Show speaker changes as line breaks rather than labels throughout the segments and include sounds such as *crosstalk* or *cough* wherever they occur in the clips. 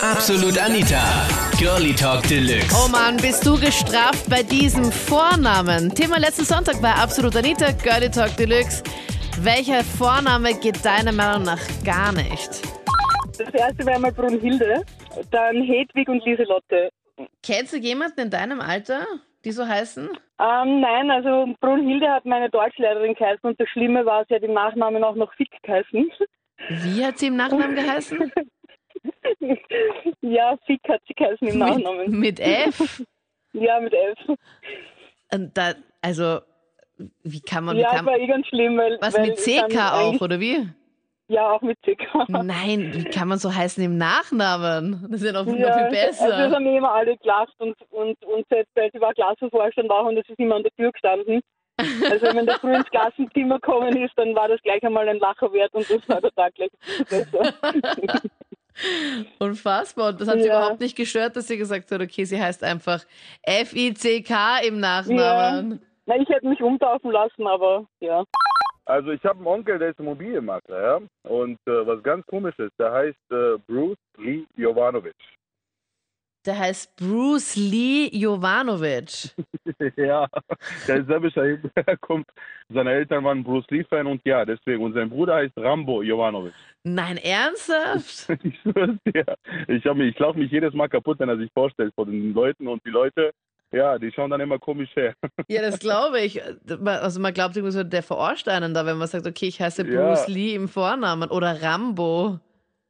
Absolut Anita. Girlie Talk Deluxe.
Oh Mann, bist du gestraft bei diesem Vornamen? Thema letzten Sonntag bei Absolut Anita, Girlie Talk Deluxe. Welcher Vorname geht deiner Meinung nach gar nicht?
Das erste war mal Brunhilde, dann Hedwig und Lieselotte.
Kennst du jemanden in deinem Alter, die so heißen?
Ähm, nein, also Brunhilde hat meine Deutschlehrerin geheißen und das Schlimme war, sie hat im Nachnamen auch noch Fick geheißen.
Wie hat sie im Nachnamen
*laughs*
geheißen?
ja, Fick hat sie geheißen im Nachnamen.
Mit, mit F?
Ja, mit F.
Und da, also, wie kann man... Wie
Ja,
kann,
es war eh ganz schlimm, weil.
was
weil
mit
ich dann
CK auch,
eigentlich-
oder wie?
Ja, auch mit
*laughs*
CK.
Nein, wie kann man so heißen im Nachnamen? Das ist ja noch, noch
Ja,
viel besser.
Also das haben eh immer alle gelacht und, und, und selbst weil sie war Klassenvorstand war und es ist immer an der Tür gestanden. Also wenn
*laughs*
der früh ins Klassenzimmer gekommen ist, dann war das gleich einmal ein Lacher wert und das war der Tag gleich besser.
Unfassbar. Und das hat sie
Ja.
überhaupt nicht gestört, dass sie gesagt hat, okay, sie heißt einfach F-I-C-K im Nachnamen.
Na, ich hätte mich umtaufen lassen, aber ja.
Also ich habe einen Onkel, der ist Immobilienmakler, ja. Und äh, was ganz komisch ist, der heißt äh, Bruce Lee Jovanovic.
Der heißt Bruce Lee Jovanovic.
*laughs* ja, der ist serbischer *laughs* Hintergrund. Seine Eltern waren Bruce Lee-Fan und ja, deswegen. Und sein Bruder heißt Rambo Jovanovic. *laughs*
Nein, ernsthaft?
Ich schwör's dir. Ich, hab mich- ich laufe mich jedes Mal kaputt, wenn er sich vorstellt vor den Leuten und die Leute, ja, die schauen dann immer komisch her. *laughs*
Ja, das glaube ich. Also man glaubt irgendwie so, der verarscht einen da, wenn man sagt, okay, ich heiße
Ja.
Bruce Lee im Vornamen oder Rambo.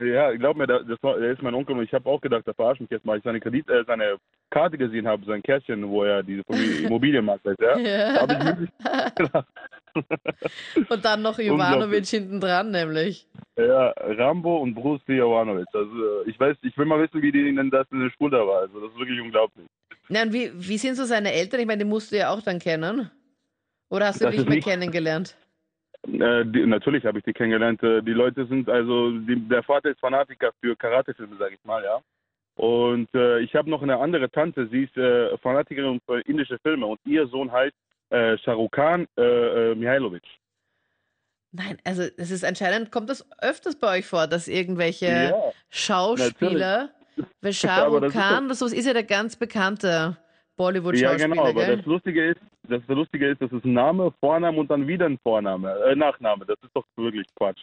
Ja, glaub mir, da- das war, der ist mein Onkel und ich habe auch gedacht, da verarscht mich jetzt mal. Als ich seine, Kredit, äh, seine Karte gesehen habe, sein Kästchen, wo er diese Familie- Immobilienmakler
*laughs*
ist, ja. Da
Ja.
hab ich wirklich
Und dann noch Jovanovic hinten dran, nämlich.
Ja, Rambo und Bruce Lee Jovanovic. Also äh, ich weiß, ich will mal wissen, wie denen das in der Schule da war. Also das ist wirklich unglaublich.
Na, und wie, wie sind so seine Eltern? Ich meine, die musst du ja auch dann kennen. Oder hast du
Das
die nicht
ist
mehr
nicht-
kennengelernt?
Äh, die, natürlich habe ich die kennengelernt. Äh, die Leute sind also, die, der Vater ist Fanatiker für Karatefilme, sage ich mal, ja. Und äh, ich habe noch eine andere Tante, sie ist äh, Fanatikerin für indische Filme und ihr Sohn heißt äh, Sharukan äh, äh, Mihailovic.
Nein, also es ist anscheinend, kommt das öfters bei euch vor, dass irgendwelche
Ja.
Schauspieler,
*laughs*
weil Shah
Aber
Rukh
das ist
Khan, das ist ja der ganz bekannte
Ja,
Bollywood-Schauspieler,
genau, aber
gell?
das Lustige ist, das Lustige ist, das ist ein Name, Vorname und dann wieder ein Vorname, äh, Nachname. Das ist doch wirklich Quatsch.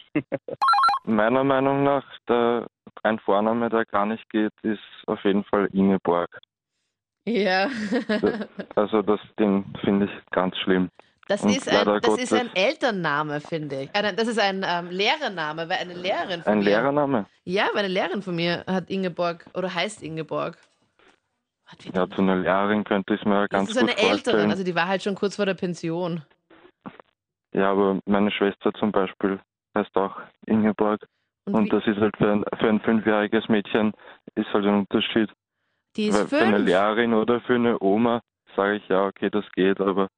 Meiner Meinung nach, der, ein Vorname, der gar nicht geht, ist auf jeden Fall Ingeborg.
Ja. *laughs*
Also das Ding finde ich ganz schlimm.
Das
Und
ist ein,
leider
das ist
Gottes-
ein Elternname, finde ich. Äh, nein, Das ist ein ähm, Lehrername, weil eine Lehrerin von
Ein
mir.
Lehrername?
Ja, weil eine Lehrerin von mir hat Ingeborg oder heißt Ingeborg. Hat wieder-
Ja, zu einer Lehrerin könnte ich es mir
das
ganz
ist
gut
eine Ältere,
vorstellen.
also die war halt schon kurz vor der Pension.
ja, aber meine Schwester zum Beispiel heißt auch Ingeborg.
Und,
Und
wie,
das ist halt für ein, für ein fünfjähriges Mädchen ist halt ein Unterschied.
die
Weil
ist
für eine
fünf.
Lehrerin oder für eine Oma sage ich ja, okay, das geht, aber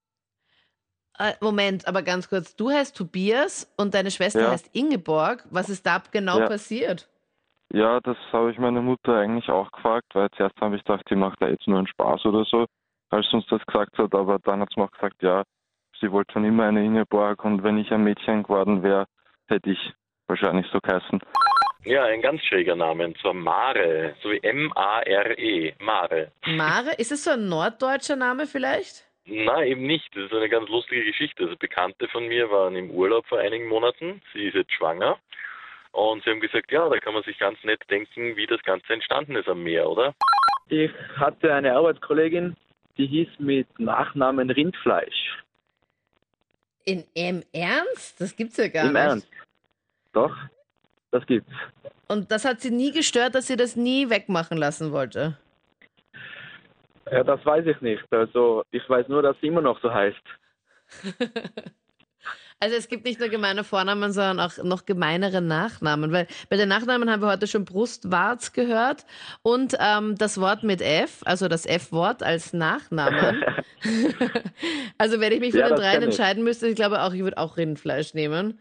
Äh, Moment, aber ganz kurz. Du heißt Tobias und deine Schwester
Ja.
heißt Ingeborg. Was ist da genau
Ja.
passiert?
Ja, das habe ich meine Mutter eigentlich auch gefragt, weil zuerst habe ich gedacht, sie macht da jetzt nur einen Spaß oder so, als sie uns das gesagt hat, aber dann hat sie mir auch gesagt, ja, sie wollte schon immer eine Ingeborg und wenn ich ein Mädchen geworden wäre, hätte ich wahrscheinlich so geheißen.
Ja, ein ganz schräger Name, und zwar Mare, so wie M-A-R-E, E, Mare.
Mare, ist es so ein norddeutscher Name vielleicht?
Na, eben nicht. Das ist eine ganz lustige Geschichte. Also Bekannte von mir waren im Urlaub vor einigen Monaten. Sie ist jetzt schwanger. Und sie haben gesagt, ja, da kann man sich ganz nett denken, wie das Ganze entstanden ist am Meer, oder?
Ich hatte eine Arbeitskollegin, die hieß mit Nachnamen Rindfleisch.
In, Im Ernst? Das gibt's ja gar
Im
nicht.
Ernst. Doch, das gibt's.
Und das hat sie nie gestört, dass sie das nie wegmachen lassen wollte.
Ja, das weiß ich nicht. Also ich weiß nur, dass sie immer noch so heißt.
Also es gibt nicht nur gemeine Vornamen, sondern auch noch gemeinere Nachnamen. Weil bei den Nachnamen haben wir heute schon Brustwarz gehört und ähm, das Wort mit F, also das F-Wort als Nachnamen.
*laughs*
*laughs* also wenn ich mich von
Ja,
den
das
dreien
kenn ich.
entscheiden müsste, ich glaube auch, ich würde auch Rindfleisch nehmen.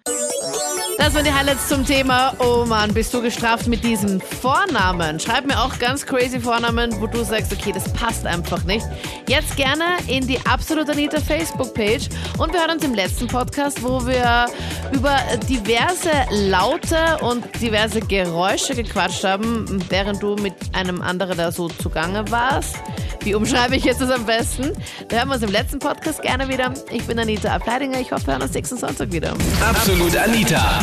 Das waren die Highlights zum Thema. Oh Mann, bist du gestraft mit diesem Vornamen? Schreib mir auch ganz crazy Vornamen, wo du sagst, okay, das passt einfach nicht. Jetzt gerne in die Absolut Anita Facebook-Page. Und wir hören uns im letzten Podcast, wo wir über diverse Laute und diverse Geräusche gequatscht haben, während du mit einem anderen da so zugange warst. Wie umschreibe ich jetzt das am besten? Wir hören uns im letzten Podcast gerne wieder. Ich bin Anita Ableidinger. Ich hoffe, wir hören uns nächsten Sonntag wieder.
Absolut Anita.